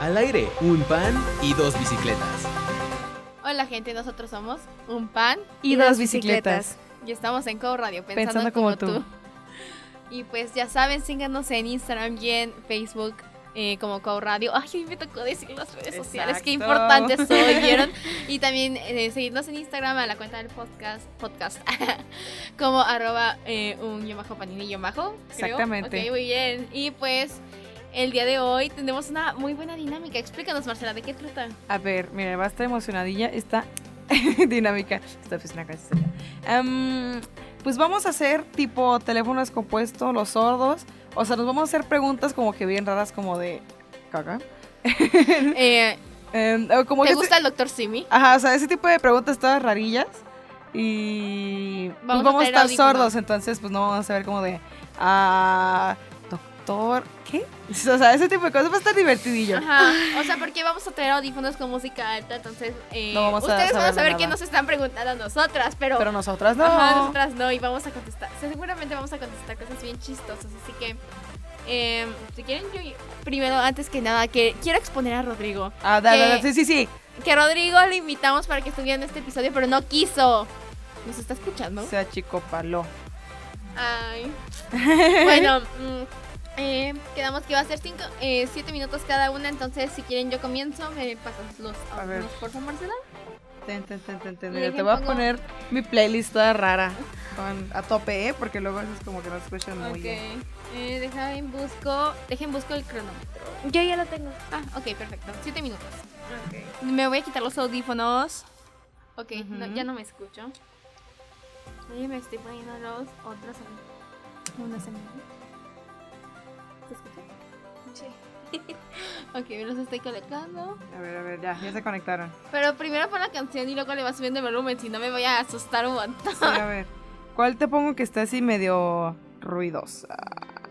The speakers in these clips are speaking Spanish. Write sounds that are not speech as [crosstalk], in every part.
Al aire, un pan y dos bicicletas. Hola gente, nosotros somos un pan y dos bicicletas. y estamos en Cobo Radio pensando, Pensando como, como tú. tú. Y pues ya saben, síganos en Instagram y en Facebook eh, como Cobo Radio. Ay, hoy me tocó decir las redes sociales, qué Exacto. importante soy, [laughs] ¿vieron? Y también eh, seguirnos en Instagram a la cuenta del podcast, podcast [laughs] como arroba eh, un yo bajo panini yo bajo, creo. Exactamente. Ok, muy bien. Y pues el día de hoy tenemos una muy buena dinámica. Explícanos, Marcela, ¿de qué [laughs] trata? A ver, mira, va a estar emocionadilla esta [laughs] dinámica. Esta pues es una canción. Am, pues vamos a hacer tipo teléfonos compuestos, los sordos. O sea, nos vamos a hacer preguntas como que bien raras, como de caca. Eh, Em, o como ¿Te que- gusta el doctor Simi? Ajá, o sea, ese tipo de preguntas todas rarillas. Y pues, Vamos vamos, a a, traer estar audífonos. sordos, entonces pues no vamos a ver como de, ah, doctor, ¿qué? [laughs] O sea, ese tipo de cosas va a estar divertidillo. Ajá. O sea, porque vamos a traer audífonos con música alta, entonces eh, No vamos a ustedes van a saber saber nada. qué nos están preguntando a nosotras, pero, Pero nosotras no. Ajá, nosotras no y vamos a contestar. O sea, seguramente vamos a contestar cosas bien chistosas, así que eh, si quieren yo primero antes que nada que quiero exponer a Rodrigo, Ah, dale, que- dale, sí, sí, sí. que a Rodrigo le invitamos para que estuviera en este episodio, pero no quiso. ¿Nos está escuchando? O sea, chico palo. [laughs] Ay. Bueno, mm, eh, quedamos que va a ser 5, 7 minutos cada una, entonces si quieren yo comienzo, me pasas los A audífonos, ver. por favor, Marcela. Ten, ten, ten, ten, ten. Miren, Mira, te voy a pongo- poner mi playlist toda rara. Con, a tope, ¿eh? Porque luego es como que no escuchan muy Ok, bien. eh, deja en busco, dejen busco el cronómetro. Yo ya lo tengo. Ah, ok, perfecto, 7 minutos. Me voy a quitar los audífonos. Ok, no, Ujú. ya no me escucho. Oye, me estoy poniendo los otros en- unos en ¿Te escuchas? Sí. [laughs] Ok, me los estoy colocando. A ver, a ver, ya, ya se [laughs] conectaron. Pero primero pon la canción y luego le vas subiendo el volumen, si no me voy a asustar un montón. Sí, a ver. ¿Cuál te pongo que esté así medio ruidosa?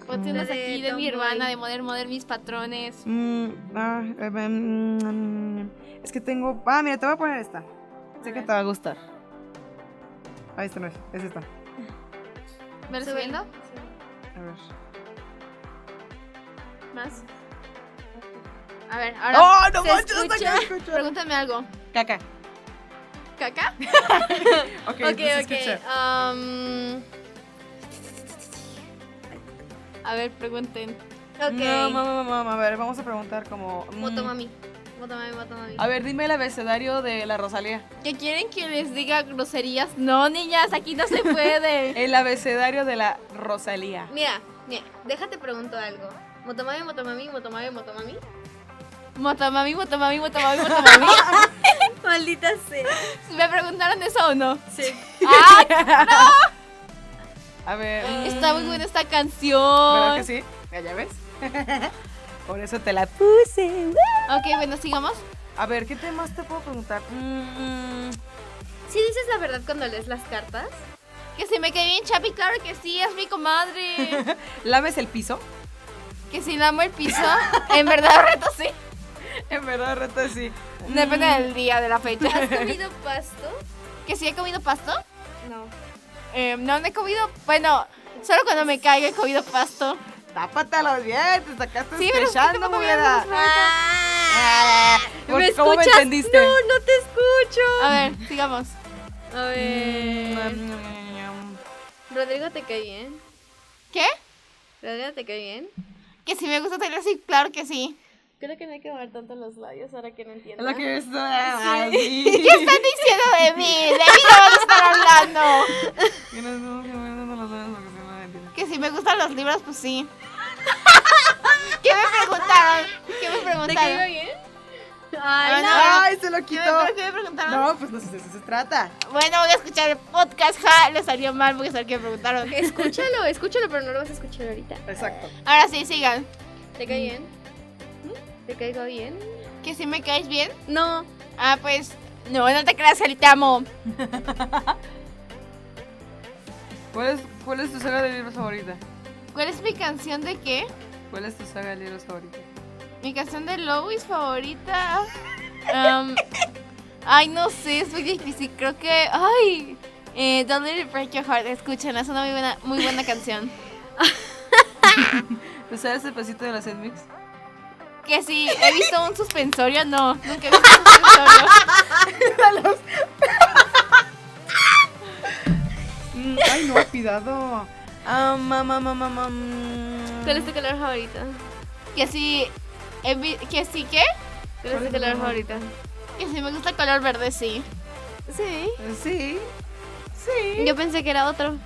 Ponte La unas de aquí de mi Tomboy. hermana, de Modern Modern, mis patrones. Mm, ah, eh, mm, mm, es que tengo. Ah, mira, te voy a poner esta. Sé que te va a gustar. Ah, esta no es, es esta. ¿Me lo Súbele. subiendo? A ver. Más. A ver, ahora. ¡Oh, no ¿se manches! Hasta que escucha? escucho. Pregúntame algo. Caca. ¿Caca? Ok, Ok, entonces ok. Um, escucha. am, A ver, pregunten. Ok. No, mamá, mamá, a ver, vamos a preguntar como. mm, Motomami. Motomami, motomami. A ver, dime el abecedario de la Rosalía. ¿Qué quieren que les diga groserías? No, niñas, aquí no se [laughs] puede. El abecedario de la Rosalía. Mira, mira, déjate pregunto algo. Motomami, motomami, motomami, motomami. motomami, motomami, motomami, [laughs] motomami. Maldita sea. ¿Me preguntaron eso o no? Sí. ¡Ay! A ver. mm, Está muy buena esta ¿Verdad que canción. sí? Ya, ya [laughs] ves. Por eso te la puse. Ok, bueno, sigamos. A ver, ¿qué temas te puedo preguntar? Mm, ¿Sí dices la verdad cuando lees las cartas? Que si me cae bien Chapi, claro que sí, es mi [laughs] comadre. ¿Lames el piso? [laughs] que si lamo el piso, en verdad reto sí. En verdad, rata, sí. Depende del día, de la fecha. Mm. ¿Has comido pasto? Que si he comido pasto. No. Eh, no, no he comido, bueno, solo cuando me caiga he comido pasto. Mm, Tápate los dientes, sacaste Sí, sí, pero es que pechando, tengo que muera. abrir Ah. ¿Por- ¿Me ¿Cómo me escuchas? entendiste? No te escucho. A ver, sigamos. A ver. Mm, Rodrigo te cae bien. ¿Qué? Rodrigo te cae bien. Que si me gusta Taylor Swift, claro que sí. Creo que no hay que mover tanto los labios ahora que no entiendo. Es lo que es. [laughs] ah, ¿Qué sí. están diciendo de mí? De mí no van a estar hablando. Que no- no, que no- no lo sabes porque se me entiende. Que si me gustan los libros, pues sí. ¿Qué me preguntaron? ¿Qué me ¿Te caigo preguntaron? bien? [laughs] Ah, Ay, no. Ay, se lo ¿Qué quitó. me, qué me preguntaron? No, pues no sé de eso se trata. Bueno, voy a escuchar el podcast. Ja, le salió mal porque es el que me preguntaron. Escúchalo, escúchalo, pero no lo vas a escuchar ahorita. Exacto. Ahora sí, sigan. ¿Te Mm. cae bien? ¿Te caigo bien? Que si me caes bien. No. Ah, pues. No, no te creas, que te amo. ¿Cuál es, ¿Cuál es tu saga de libros favorita? ¿Cuál es mi canción de qué? ¿Cuál es tu saga de libros favorita? Mi canción de Lois favorita. Am, ay, no sé, es muy difícil. Creo que. Ay. Eh, Don't Let It Break Your Heart. Escúchenla, es una muy buena, muy buena canción. ¿Tú sabes el pasito de las Edmix? que si he visto un suspensorio, no, nunca he visto un suspensorio. Mm, Ay, no, cuidado. Ah, mamá, mamá, mamá. ¿Cuál es tu color favorito? Que si, he vi- que si, ¿qué? ¿Cuál ¿Cuál es es tu tu color color? favorito? Que si me gusta el color verde, sí. Sí. Eh, Sí. Sí. Yo pensé que era otro.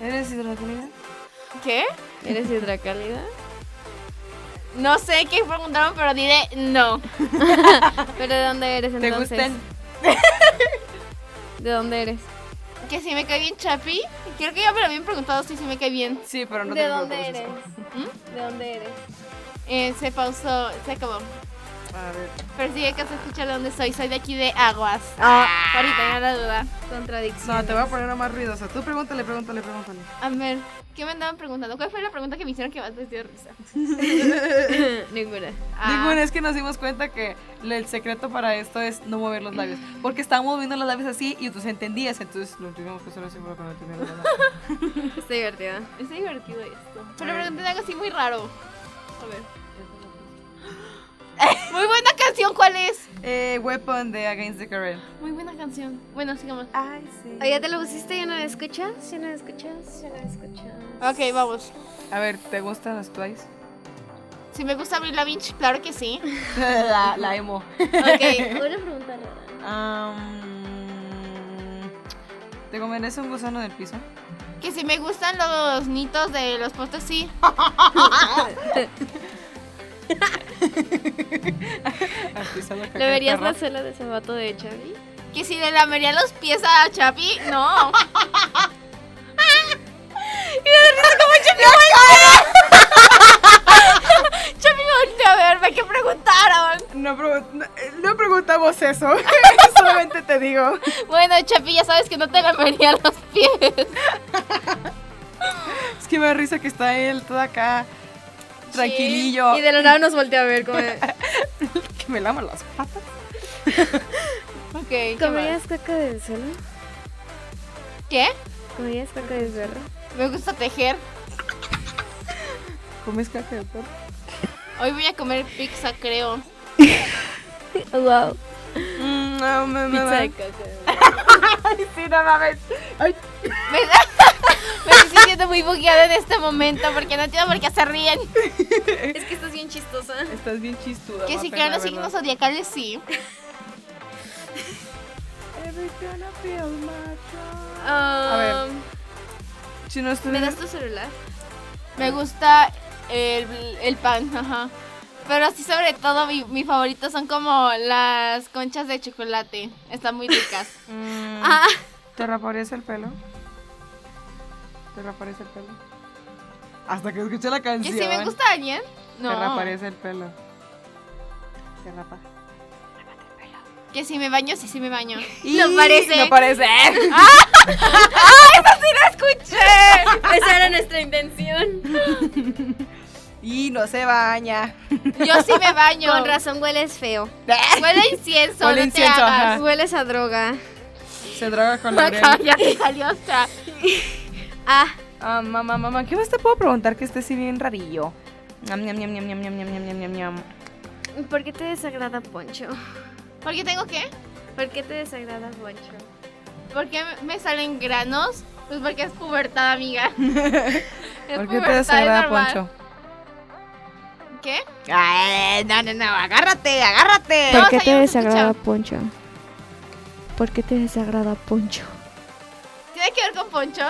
¿Eres hidrocalina? ¿Qué? ¿Eres hidrocálida? No sé qué preguntaron, pero diré no. ¿Pero de dónde eres ¿Te entonces? gustan? ¿De dónde eres? Que si me cae bien Chapi. Creo que ya me lo habían preguntado si sí me cae bien. Sí, pero no ¿De te dónde preocupes. eres? ¿Mm? ¿De dónde eres? Eh, se pausó, se acabó. A ver. Pero sí, acaso escuchar de dónde soy. Soy de aquí de Aguas. Ah. Ahorita ya la duda. Contradicción. No, te voy a poner a más ruidosa. Tú pregúntale, pregúntale, pregúntale. A ver, ¿qué me andaban preguntando? ¿Cuál fue la pregunta que me hicieron que más me dio [laughs] risa? [laughs] Ninguna. Ah, Digo, es que nos dimos cuenta que lo- el secreto para esto es no mover los labios. Porque estábamos moviendo los labios así y tú entendías, entonces lo tuvimos que hacer así para que no entendieras los labios. Está divertida. es divertido esto. Pero pregunté algo así muy raro. A [laughs] ver. Muy buena canción, ¿cuál es? Eh, weapon de Against the Current. Muy buena canción. Ah. Bueno, sigamos. Ay, sí. Oye, ¿te lo pusiste? ¿Ya no la escuchas? ¿Ya no la escuchas? ¿Ya no la escuchas? Ok, vamos. A ver, ¿te gustan los Twice? Si me gusta abrir la Vinci, claro que sí. la, la emo. [laughs] Ok, una pregunta nada. Am, ¿Te comerás un gusano del piso? Que si me gustan los nitos de los postes, sí. Al piso lo ¿Le verías la suela de zapato de Chavi? Que si le lamería los pies a Chapi, no. y de risa como Chapi voltea. Chapi voltea a verme, ¿qué preguntaron? No, pregu- no, eh, no preguntamos [laughs] eso. Solamente te digo. Bueno, Chapi, ya sabes que no te lamería los pies. Es que me da risa que está él todo acá. Tranquilillo. Y de la nada nos voltea a ver como... Que me lama las patas. Ok, ¿qué más? ¿Comerías caca de suelo? ¿Qué? ¿Comerías caca de suelo? Me gusta tejer. ¿Comes caca de perro? Hoy voy a comer pizza, creo. Wow. Mm, no, me, me, Pizza de me. caca. Sí, no mames. Ay, Me, me estoy sintiendo muy bugueada en este momento porque no entiendo por qué se ríen. [laughs] Es que estás bien chistosa. [laughs] estás bien chistuda. Que si Mafe, creo en la los signos verdad. zodiacales, sí. Every gonna feel my charm. a ver. Si no ¿Me estuvieras das tu celular? Me gusta el, el pan, [laughs] ajá. Pero sí, sobre todo, mi, mi favorito son como las conchas de chocolate. Están muy ricas. Mm. Ah. ¿Te reaparece el pelo? ¿Te reaparece el pelo? Hasta que escuché la ¿Que canción. si me gusta a alguien? Te No. reaparece el pelo. Te rapa. Que si me baño, sí, sí me baño. Y- parece. No parece. [laughs] Esa era nuestra intención. y no se baña. Yo sí me baño. [laughs] Con razón hueles feo. [laughs] Ah, Huele a incienso, Huele no a incienso, te hagas. ajá. Hueles a droga. Se droga con la Acá ya te salió otra. Ah, Ah, mamá, mamá, ¿qué más te puedo preguntar que esté así bien rarillo? Ñam, ñam, ñam, ñam, ñam, ñam, ñam, ñam, ñam, ñam. ¿por qué te desagrada Poncho? ¿Por qué tengo qué? ¿Por qué te desagrada Poncho? ¿Por qué me salen granos? Pues porque es pubertad, amiga. Es ¿Por qué te pubertad, es desagrada, normal. Poncho? ¿Qué? Ay, no, no, no, agárrate, Eh, agárrate. No, o sea, ya no se escucha. Poncho? ¿Por qué te desagrada Poncho? ¿Tiene que ver con Poncho?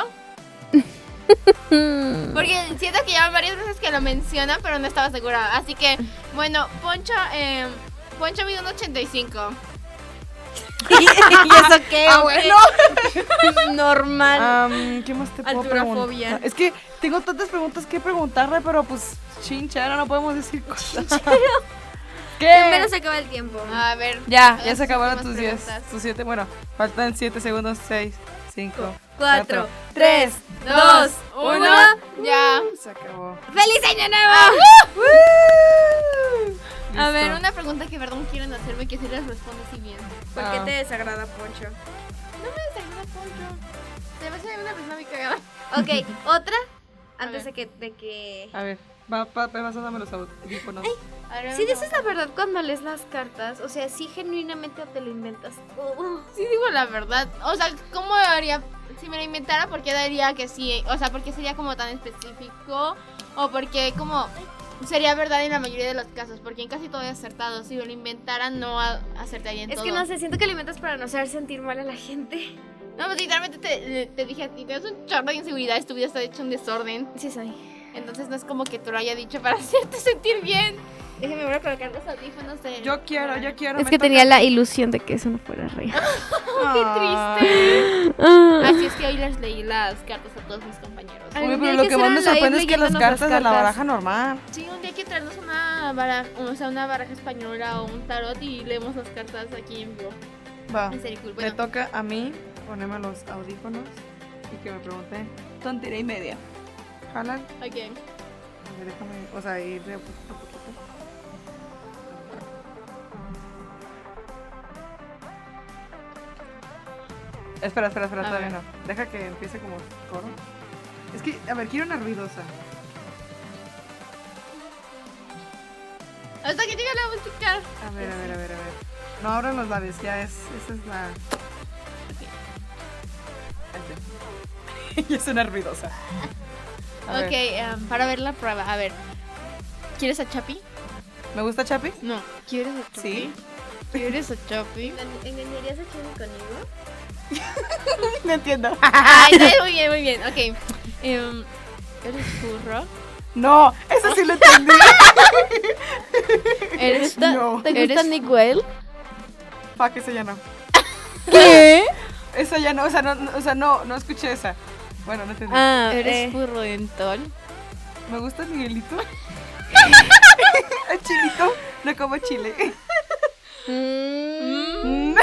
Porque siento que ya varias veces que lo mencionan, pero no estaba segura. Así que, bueno, Poncho, eh, Poncho mide un 85. ¿Y [laughs] eso qué? Ah, hombre? bueno. [laughs] Normal. Am, ¿Qué más te puedo Alturafobia. preguntar? Es que tengo tantas preguntas que preguntarle, pero pues chinchara, no podemos decir cosas. Primero ¿Qué? se acaba el tiempo. A ver. Ya, ya las se acabaron últimas tus 10, preguntas. tus 7, bueno, faltan 7 segundos, 6, 5, Cuatro, 3, dos, uno. Ya. Se acabó. ¡Feliz año nuevo! A Listo. ver, una pregunta que perdón quieren hacerme que si les respondo si bien. ¿Por Ah. qué te desagrada [laughs] Poncho? No me desagrada Poncho. Se me hace una persona muy cagada. Ok, otra. A Antes de ver. que, de que A ver, Va, va, va pasándome los audífonos. Ahora Si me dices la verdad cuando lees las cartas, o sea, sí genuinamente te lo inventas todo. Sí digo la verdad. O sea, ¿cómo haría? Si me lo inventara, ¿por qué daría que sí? O sea, ¿por qué sería como tan específico? O porque como sería verdad en la mayoría de los casos, porque en casi todo he acertado. Si me lo inventara, no a- acertaría en Es todo. que no sé, siento que lo inventas para no hacer sentir mal a la gente. No, pues, literalmente te, te dije a ti, tienes un chorro de inseguridades, tu vida está hecho un desorden. Sí soy. Entonces no es como que te lo haya dicho para [laughs] hacerte sentir bien. Déjame ver Sacar los audífonos de... Yo quiero, yo quiero. Es me que toca. tenía la ilusión de que eso no fuera [laughs] real. Ah. Así es que hoy les leí las cartas a todos mis compañeros. Ay, Oye, pero Algún día lo hay que que más hacer me un live sorprende es que las leyendo nuestras cartas, de la cartas. baraja normal. Sí, un día hay que traernos una baraja, o sea, una baraja española o un tarot y leemos las cartas aquí en vivo. Va. En serio, cool. Me Bueno, toca a mí ponerme los audífonos y que me pregunten tontería y media. Jalan. ok. A ver, déjame, o sea, ir de poquito a poquito. Espera, espera, espera, A todavía ver. no. Deja que empiece como coro. Es que, a ver, quiero una ruidosa. Hasta que llegue la música. A ver, a ver, a ver, a ver. No abran los labios, ya es. Esa es la. Este. ya suena ruidosa. A ver, Ok, em, para ver la prueba. A ver. ¿Quieres a Chapi? ¿Me gusta Chapi? No. ¿Quieres a Chapi? Sí. ¿Quieres a [laughs] Chapi? ¿Engañarías a Chemi conmigo? No entiendo. Ay, ay, Ah, [laughs] muy bien, muy bien. Ok. Em, ¿Eres furro? [laughs] No, eso sí lo entendí. [laughs] ¿Eres No. ¿Te gusta Nick [laughs] Well? Fuck, esa ya no. ¿Qué? Esa ya no, o sea, no, no- o sea, no, no escuché esa. Bueno, no entendí. Ah, ¿Eres furro dental? ¿Me gusta el Miguelito? [laughs] ¿El chilito? No como chile. [laughs] Mm. No,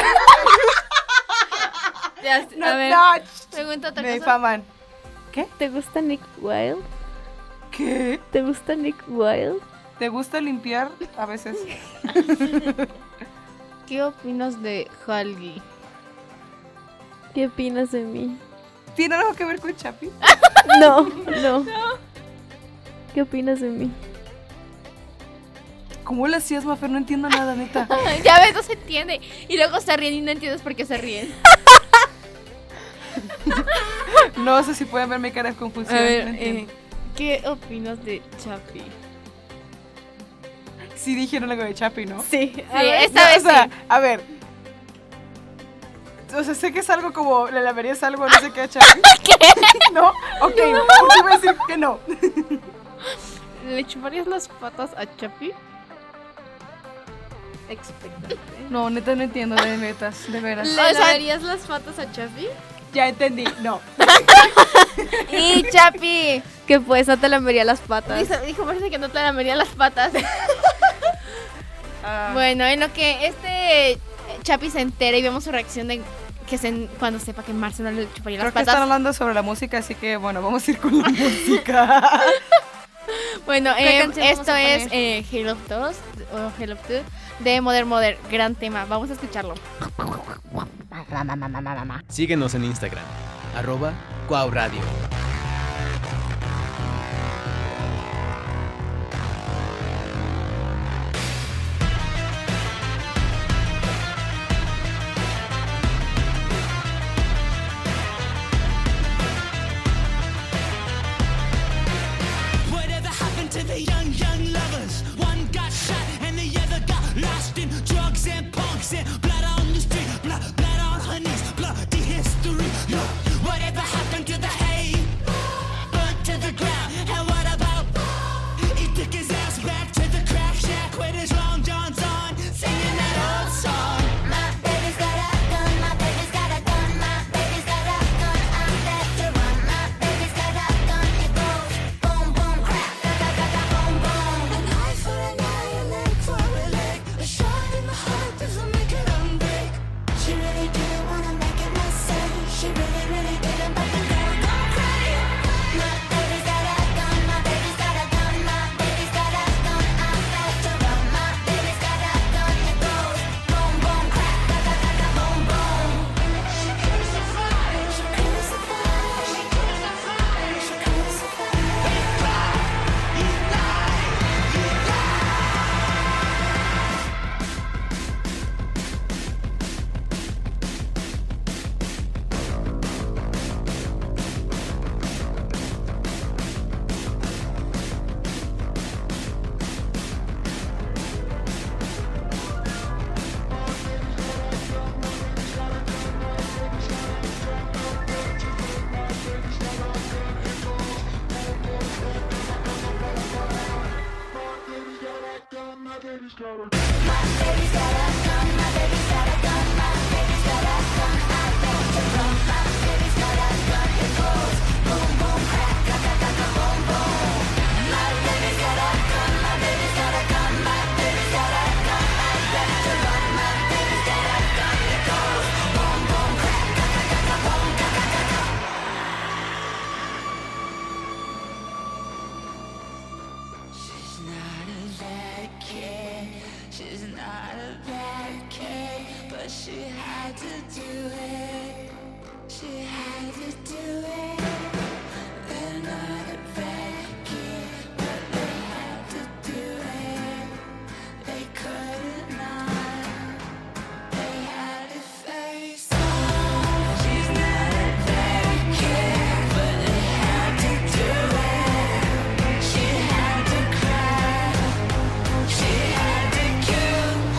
Ya, a ver. no, ch- Pregunta otra me cosa. difaman. ¿Te gusta Nick Wilde? ¿Qué? ¿Te gusta Nick Wilde? ¿Te gusta limpiar a veces? ¿Qué opinas de Halgi? ¿Qué opinas de mí? ¿Tiene algo que ver con Chapi? No, no. ¿Qué opinas de mí? ¿Cómo lo hacías, Mafer? No entiendo nada, neta. ya ves, no se entiende. Y luego se ríen y no entiendes por qué se ríen. No sé si pueden ver eh. mi cara de confusión. no entiendo. eh, ¿qué opinas de Chapi? Sí dijeron algo de Chapi, ¿no? Sí. Sí, esta No, vez o sea, sí. a ver. O sea, sé que es algo como le laverías algo, no sé qué, [laughs] Chapi. ¿No? Ok, ¿por qué iba a decir que no? ¿Le chuparías las patas a Chapi? Expectante. No, neta, no entiendo de metas, de veras. O sea- ¿Le darías las patas a Chapi? Ya entendí, no. ¡Y Chapi! Que pues no te lamería las patas. Dijo, dijo, parece que no te lamería las [laughs] patas. Ah. Bueno, en lo que este Chapi se entera y vemos su reacción de que se- cuando sepa que Marce no le chuparía Creo las que están patas. hablando sobre la música, así que bueno, vamos a ir [laughs] con la música. Bueno, ¿Qué em, canción vamos esto a es poner? eh, Halo 2 o Halo 2 de Modern Mother, gran tema. Vamos a escucharlo. Síguenos en Instagram, arroba Cuau Radio. Whatever happened to the young, young lovers? One got shot and the other got lost in drugs and punks and blood on the street, blood, blood on her knees, bloody history. Look, whatever happened to the hay? Burnt to the ground. And what about? He took his ass back to the crack shack with his long johns on, singing that old song. My baby's got a gun. My baby's got a gun. My baby's got a gun. I'm left to run. My baby's got a gun. It goes boom, boom, crack, da da da da, boom, boom. An eye for an eye, a leg for a leg. A shot in the heart doesn't make it all She's not a bad kid, she's not a bad kid, but she had to do it. She had to do it. They're not a bad kid, but they had to do it. They couldn't not. They had to face it. She's not a bad kid, but they had to do it. She had to cry. She had to kill.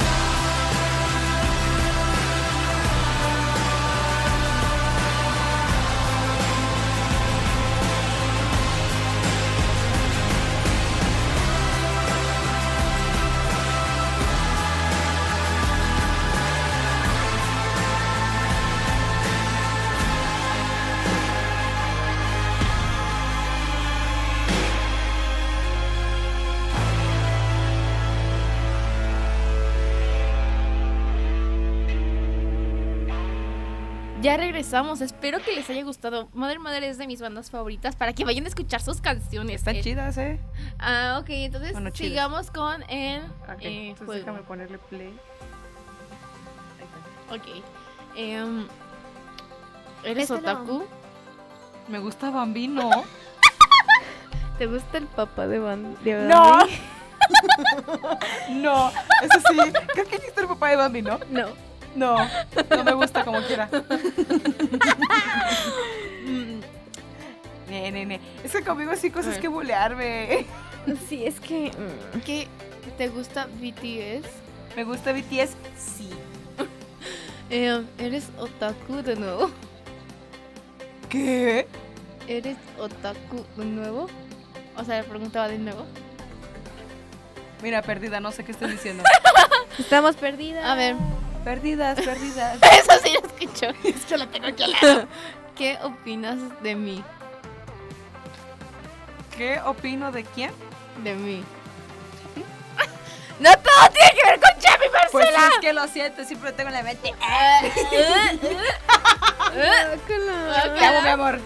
Ya regresamos, espero que les haya gustado. Mother Mother es de mis bandas favoritas para que vayan a escuchar sus canciones. Están eh. chidas, ¿eh? Ah, ok, entonces Bueno, chidas. sigamos con el Ok, eh, entonces juego. déjame ponerle play. Ahí está. Ok. Em, ¿Eres Este lo otaku? Me gusta Bambino. [laughs] ¿Te gusta el papá de Bambi? ¡No! [laughs] no, eso sí. Creo que hiciste el papá de Bambi, ¿no? No. No, no me gusta como quiera. Mm, Ne, ne, ne. Es que conmigo sí cosas que bulearme. [laughs] Sí, es que. mm, ¿Qué te gusta BTS? Me gusta BTS, sí. Em, ¿Eres otaku de nuevo? ¿Qué? ¿Eres otaku de nuevo? O sea, le preguntaba de nuevo. Mira, perdida, no sé qué estoy diciendo. Estamos perdidas. A [laughs] ver. Perdidas, perdidas. Eso sí lo escucho. Es que la tengo aquí al lado. ¿Qué opinas de mí? ¿Qué opino de quién? De mí. No todo tiene que ver con Chapi Pues Marcela. es que lo siento, siempre tengo en la mente. Pues [laughs] Te amo, mi Ya amor.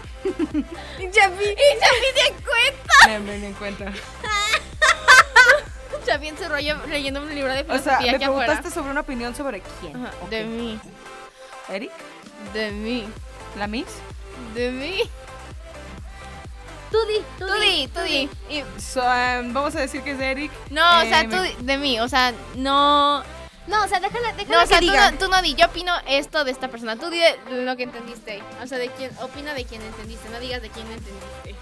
vi, ya vi de cuenta. Me, me, me encuentro. Chapi en su rollo leyendo un libro de O sea, filosofía me aquí afuera. preguntaste sobre una opinión sobre quién. Ajá, Ok. De mí, Eric, de mí, la Miss. de mí. Tú di, tú Tú di. di, tú di. Y- So, um, vamos a decir que es de Eric. No, o Eh, sea, me- tú di- de mí, o sea, no. No, o sea, déjala, déjala No, o sea, que tú diga. no, tú no di, yo opino esto de esta persona. Tú di de lo que entendiste. O sea, de quién, opina de quién entendiste, no digas de quién entendiste.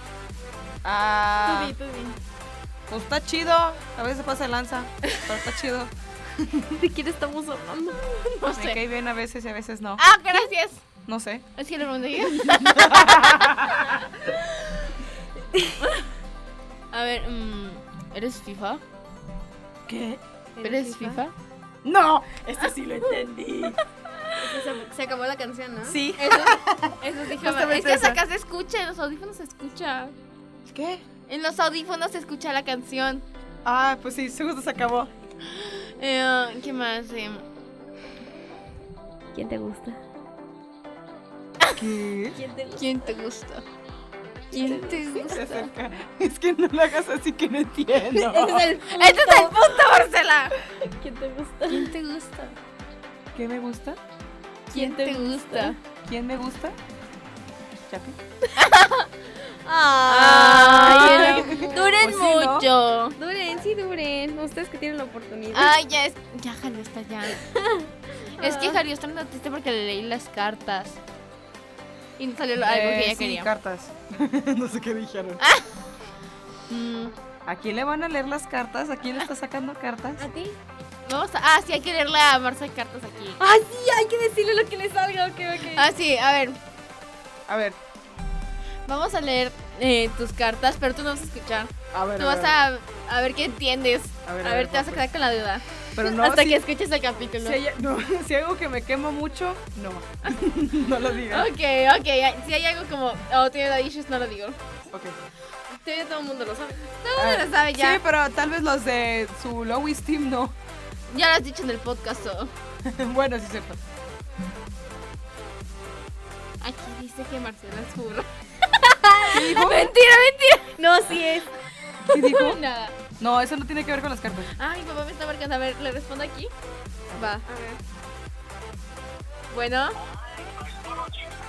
Ah, tú di. pues está chido. A veces pasa de lanza, pero está chido. ¿De quién estamos hablando? [laughs] No Me sé. cae bien a veces y a veces no. Ah, gracias. No sé. Es que le pregunté A ver, mm, ¿eres FIFA? ¿Qué? ¿Eres FIFA? No, esto sí lo entendí. Se, se acabó la canción, ¿no? [laughs] Sí. Eso dije. Justamente Es que esa. acá se escucha, en los audífonos se escucha. ¿Qué? En los audífonos se escucha la canción. Ah, pues sí, seguro se acabó. Eh, ¿Qué más? Em, ¿Quién te gusta? ¿Qué? ¿Quién te gusta? ¿Quién te gusta? ¿Quién te gusta? Se acerca. [laughs] Es que no lo hagas así que no entiendo. ¡Este es el punto, Marcela! ¿Quién te gusta? ¿Quién te gusta? ¿Qué me gusta? ¿Quién te gusta? ¿Quién me gusta? Chapi. ¡Ay! Ay, eres- no. ¡Duren Pues sí, ¿no? mucho! Duren, sí, duren. Ustedes que tienen la oportunidad. Ay, ya es. Ya, Jalio está [laughs] ya. es que Jalio está medio triste porque le leí las cartas. Y no salió lo- algo que Eh, ella sí, quería. Ah. cartas. [laughs] no sé qué dijeron. Mm, ¿A quién le van a leer las cartas? ¿A quién le está sacando cartas? Ah. ¿A ti? vamos a. Ah, sí, hay que leerle a Marcela cartas aquí. ¡Ay, Ah, sí! Hay que decirle lo que le salga. Ok, ok. Ah, sí, a ver. A ver, Vamos a leer eh, tus cartas, pero tú no vas a escuchar. a ver. Tú vas a, a ver qué entiendes. A A ver, ver, a ver, te vas a pues. quedar con la duda. Pero no, Hasta si- que escuches el capítulo. si hay, [laughs] no, si hay algo que me quema mucho, no. [laughs] no lo digas. Ok, ok. Si hay algo como, oh, tiene daddy issues, no lo digo. Ok. Sí, todo el mundo lo sabe. Todo el mundo lo sabe ya. Sí, pero tal vez los de su low esteem no. [laughs] Ya lo has dicho en el podcast. oh. bueno, sí sepan. Aquí dice que Marcela es [laughs] burra. ¿Qué dijo? Mentira, mentira. No, sí es. [laughs] ¿Qué dijo? Nada. No, eso no tiene que ver con las cartas. Ah, mi papá me está marcando. A ver, le respondo aquí. Va. A ver. Bueno,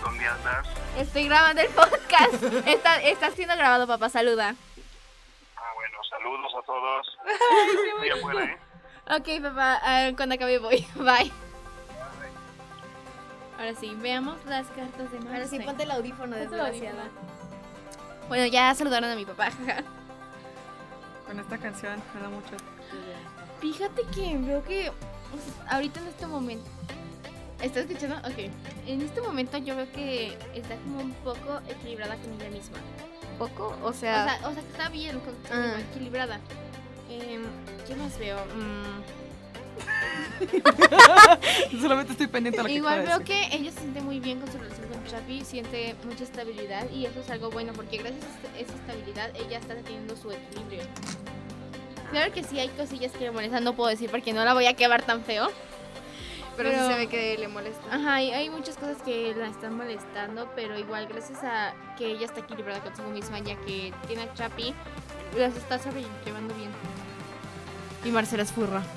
¿Dónde andas? estoy grabando el [laughs] podcast. está, está siendo grabado, papá. Saluda. Ah, bueno, saludos a todos. Estoy afuera, ¿eh? Ok, papá. ah, cuando acabe voy. [laughs] Bye. Ahora sí, veamos las cartas de Marcela. Ahora sí, ponte el audífono, Ponte el desgraciada. Bueno, ya saludaron a mi papá. [laughs] jaja. Con esta canción me da mucho. [laughs] Fíjate que veo que o sea, ahorita en este momento. ¿Estás escuchando? Ok. En este momento yo veo que está como un poco equilibrada con ella misma. ¿Poco? O O sea, sea, o sea que está bien, con- como Ah. equilibrada. Em, ¿Qué más veo? Mm, Solamente estoy pendiente de lo que igual acaba veo de que ella se siente muy bien con su relación con Chapi, siente mucha estabilidad y eso es algo bueno porque gracias a esa estabilidad ella está teniendo su equilibrio. Claro que sí hay cosillas que le molestan, no puedo decir porque no la voy a quebrar tan feo. pero, Ah, sí pero- se ve que le molesta. Ajá, y hay muchas cosas que la están molestando, pero igual gracias a que ella está equilibrada consigo misma, ya que tiene a Chapi, las está sobrellevando bien. Y Marcela es furra. [laughs]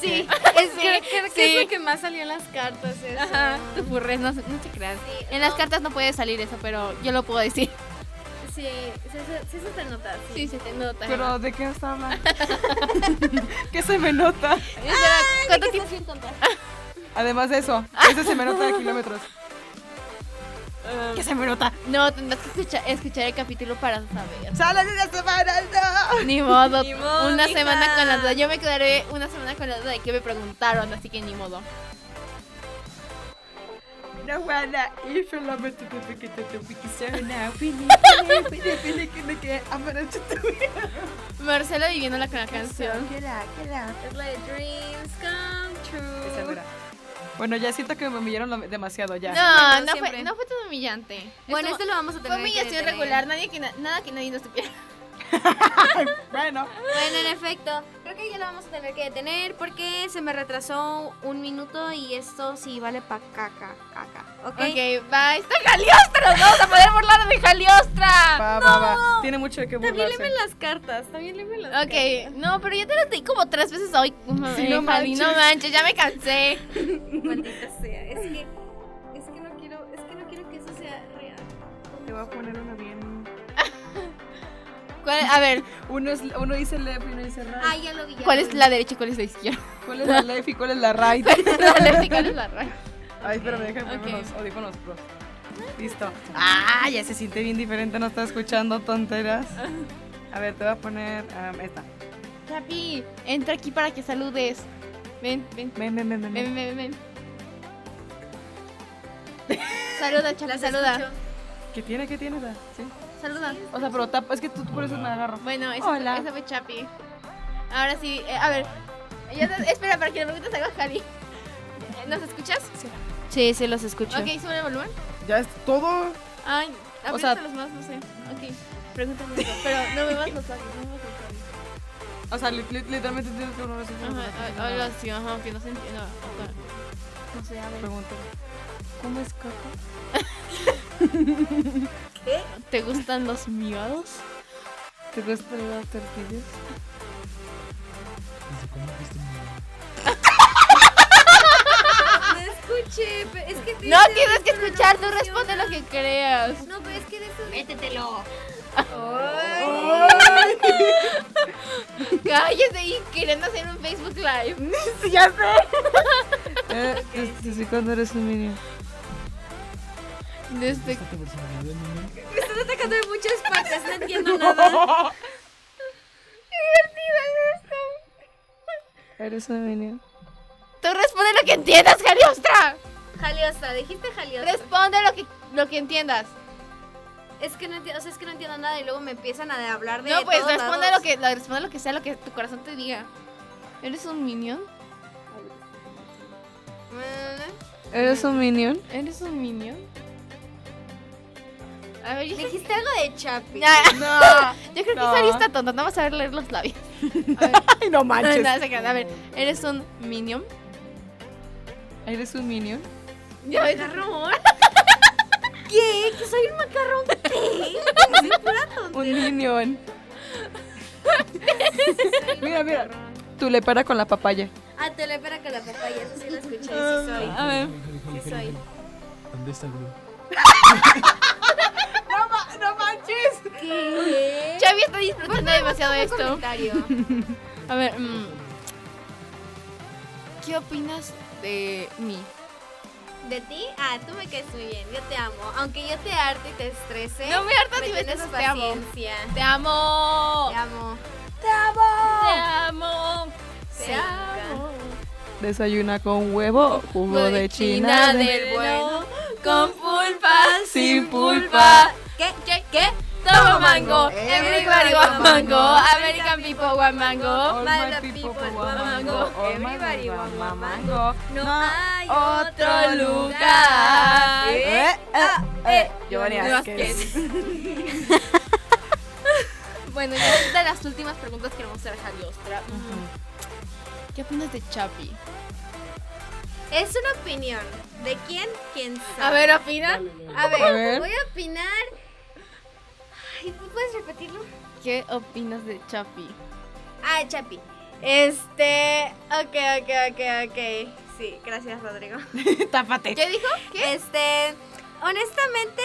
Sí, es que, creo que es lo que más salió en las cartas. Eso. Ajá, tú furres, no, no te creas. Sí, en las no. cartas no puede salir eso, pero yo lo puedo decir. Sí, sí, se- sí se te nota. Sí, se te nota. Pero ¿de qué [laughs] está hablando? [laughs] ¿Qué se me nota? ¿Cuánto ¿Qué tiempo? estás bien tonta? Además de eso, eso se me nota de [laughs] kilómetros. ¿Qué se me nota? No, tendrás que escuchar, escuchar el capítulo para [laughs] saber. ¡Sales de la semana! ¡No! Ni modo, Ni modo, una mija. semana con la duda. Yo me quedaré una semana con la duda de que me preguntaron, así que ni modo. No wanna if you love me to be que te te que se me na pini pini pini que me que amaracho Marcela viviéndola con la canción. Ah, Es la de Dreams Come True. Bueno, ya siento que me humillaron lo- demasiado ya. No, Bueno, no fue, siempre. no fue tan humillante. Bueno, Estuvo- esto lo vamos a tener. fue que humillación detener. regular, nadie que na- nada que nadie nos supiera. Bueno, Bueno, en efecto, creo que ya lo vamos a tener que detener porque se me retrasó un minuto y esto sí vale pa' caca, caca. ¿Ok? Ok, bye. Está Jaliostra, nos vamos a poder burlar de Jaliostra. va, va, va. Tiene mucho de qué También burlarse. léeme las cartas, también léeme las Ok, no, pero yo te lo di como tres veces hoy. Sí, Ay, no Jali, no manches. manches, ya me cansé. cartas. Maldita sea, es que, es que no quiero, es que no quiero que eso sea real. Te voy a poner una bien. ¿Cuál- a ver, Uno, es, uno dice left y uno dice right. Ah, ya lo vi. ya ¿cuál lo es vi. la derecha y cuál es la izquierda? ¿Cuál es la left y cuál es la [laughs] right? [laughs] La derecha y cuál es la raya. Ay, espérame, déjame Ok. poner los audífonos pros. Listo. Ah, ya se siente bien diferente, no está escuchando tonteras. A ver, te voy a poner um, esta. Chapi, entra aquí para que saludes. Ven, ven, Me, me, me, me, me. ven, ven, ven. Saluda, Chapi, La saluda. saluda. ¿Qué tiene? ¿Qué tiene? esa? Sí. Saluda. O sea, pero tapa, es que tú tú por eso me agarro. Bueno, eso, Hola. eso fue Chapi. Ahora sí, eh, a ver. Ya te- espera, para que le preguntes algo a Jali. Eh, ¿Nos escuchas? Sí. Sí, sí, los escucho. Ok, sube el volumen. Ya es todo. Ay, O sea- apriétalos más, no sé. Ok, pregúntame algo, pero no me vas a notar, no me vas a notar. O sea, li- li- literalmente tienes que uno de esos Ajá, algo así, ajá, que no se entienda. o sea, No sé, a ver. Pregunta. ¿Cómo es caca? ¿Te gustan los miados? ¿Te gusta el after videos? No escuché, pe- es que te No dije tienes que esto, escuchar, no tú responde lo que funciona. creas. No, pero es que de eso. Métetelo. Cállate y queriendo hacer un Facebook Live. [laughs] Eh, des- ¿desde cuándo eres un niño? Desde Me están atacando de muchas partes, [laughs] no entiendo nada. Eres un niño. Tú responde lo que entiendas, Jaliostra. Jaliosa, dijiste jaliosa. Responde lo que, lo que entiendas. Es que no entiendo, o sea, es que no entiendo nada y luego me empiezan a de- hablar de No, pues todos responde lo lados. que, lo- responde lo que sea, lo que tu corazón te diga. ¿Eres un minion? Mm, ¿Eres un minion? ¿Eres un minion? A ver, yo, creo- Dijiste algo de Chapi. Ah, yo creo que No. Sari está tonta, no vas a ver leer los labios. [laughs] Ay, [laughs] no No, manches. no, se crean. A ver, ¿eres un minion? ¿Eres un minion? Ya [laughs] me rumor. ¿Qué? ¿Que soy un macarrón? Un minion. [laughs] mira, mira. Tú le para con la papaya. Ah, te lo espera con la papaya. Eso sí lo escuché. Sí Ah, soy. A ver. Sí soy. ¿Dónde está Blue? No manches. ¿Qué? Chavi está disfrutando demasiado Un esto. comentario. A ver, mm, ¿qué opinas de mí? ¿De ti? Ah, tú me caes muy bien. Yo te amo. Aunque yo te harto y te estrese. No me hartas y me tienes estresas, te amo. paciencia. Te amo. Te amo. Te amo. Te Te amo. Desayuna con huevo, jugo de china. de- del bueno. Con pulpa, Sin sin pulpa. pulpa. ¿Qué? ¿Qué? ¿Qué? Toma mango. Eh, Everybody want mango. American people want mango. All Mala my people people want want mango, mango, all my everybody people want want mango. mango. No, No hay otro lugar. lugar. Eh, ah, eh. Giovanni Giovanni Vázquez. Bueno, ya es de las últimas preguntas que le vamos a dejar a Diostra. ¿Qué opinas de Chapi? Es una opinión. ¿De quién? ¿Quién sabe? A ver, opina. A ver, A ver. [laughs] voy a opinar. Ay, ¿tú ¿puedes repetirlo? ¿Qué opinas de Chapi? Ah, Chapi. Este. Ok, ok, ok, ok. Sí, gracias, Rodrigo. Tápate. ¿Qué dijo? ¿Qué? Este. Honestamente.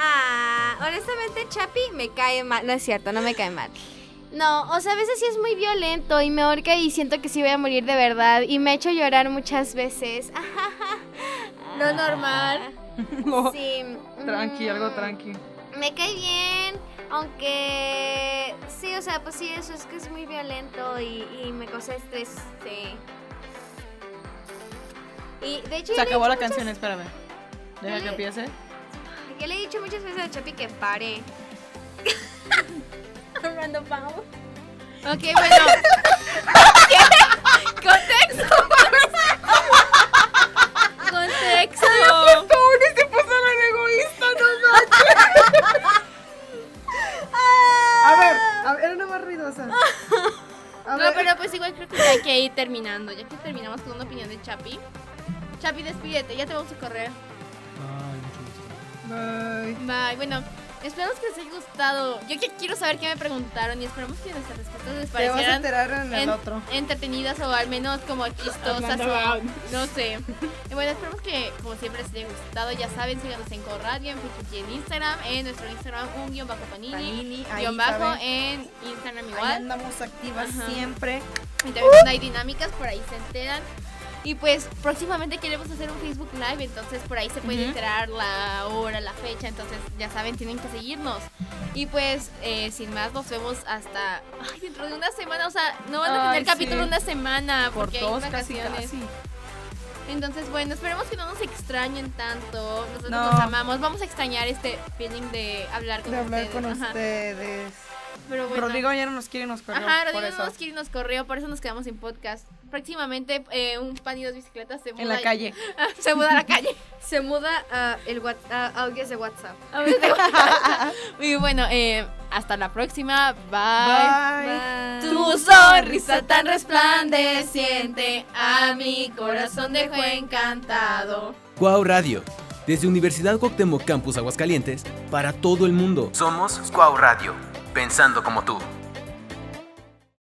Ah, honestamente, Chapi me cae mal. No es cierto, no me cae mal. No, o sea, a veces sí es muy violento y me ahorca y siento que sí voy a morir de verdad. Y me ha hecho llorar muchas veces. [laughs] Ah, Lo normal. No. Sí. Oh, Tranqui, algo Mm. tranqui. Me cae bien, aunque sí, o sea, pues sí, eso es que es muy violento y, y me causa estrés, sí. Y de hecho, Se yo le, he acabó dicho la canción, espérame. Deja Dale. que empiece. muchas- yo le he dicho muchas veces a Chapi que pare. Random Pau. Ok, bueno. [laughs] ¿Qué? Contexto. Contexto. se egoísta, no A ver, a ver, era una [laughs] más ruidosa. A No, pero pues igual creo que ya hay que ir terminando. Ya que terminamos con una opinión de Chapi. Chapi, despídete, ya te vamos a correr. Ay, mucho gusto. Bye. Bye. Bueno, esperamos que les haya gustado. Yo que quiero saber qué me preguntaron y esperamos que nuestras respuestas les Te vas a parecieran enterar en el en- otro. entretenidas o al menos como chistosas o no sé. Y bueno, esperamos que como siempre les haya gustado. Ya saben, síganos en Corradio, en Facebook y en Instagram. En nuestro Instagram, un guión bajo panini. Panini, ahí Guión bajo saben. en Instagram Ahí igual. andamos activas Ajá. siempre. Y también Uh. cuando hay dinámicas, por ahí se enteran. Y pues próximamente queremos hacer un Facebook Live, entonces por ahí se puede Ujú. enterar la hora, la fecha, entonces ya saben, tienen que seguirnos. Y pues eh, sin más, nos vemos hasta ay, dentro de una semana, o sea, no van a Ay, tener capítulo sí. una semana Por porque dos, hay casi, vacaciones. casi. Entonces bueno, esperemos que no nos extrañen tanto, nosotros No. nos amamos, vamos a extrañar este feeling de hablar con De hablar ustedes. con ajá. ustedes. Pero bueno. Rodrigo ya no nos quiere y nos corrió. Ajá, por Rodrigo eso. no nos quiere y nos corrió, por eso nos quedamos sin podcast. Próximamente eh, un pan y dos bicicletas se muda, En la calle. [laughs] se muda a la [laughs] calle. Se muda a el what- a audios de WhatsApp. y bueno, eh, hasta la próxima. Bye. Bye. Tu sonrisa tan resplandeciente a mi corazón dejó encantado. Cuau Radio, desde Universidad Cuauhtémoc Campus Aguascalientes, para todo el mundo. Somos Cuau Radio, pensando como tú.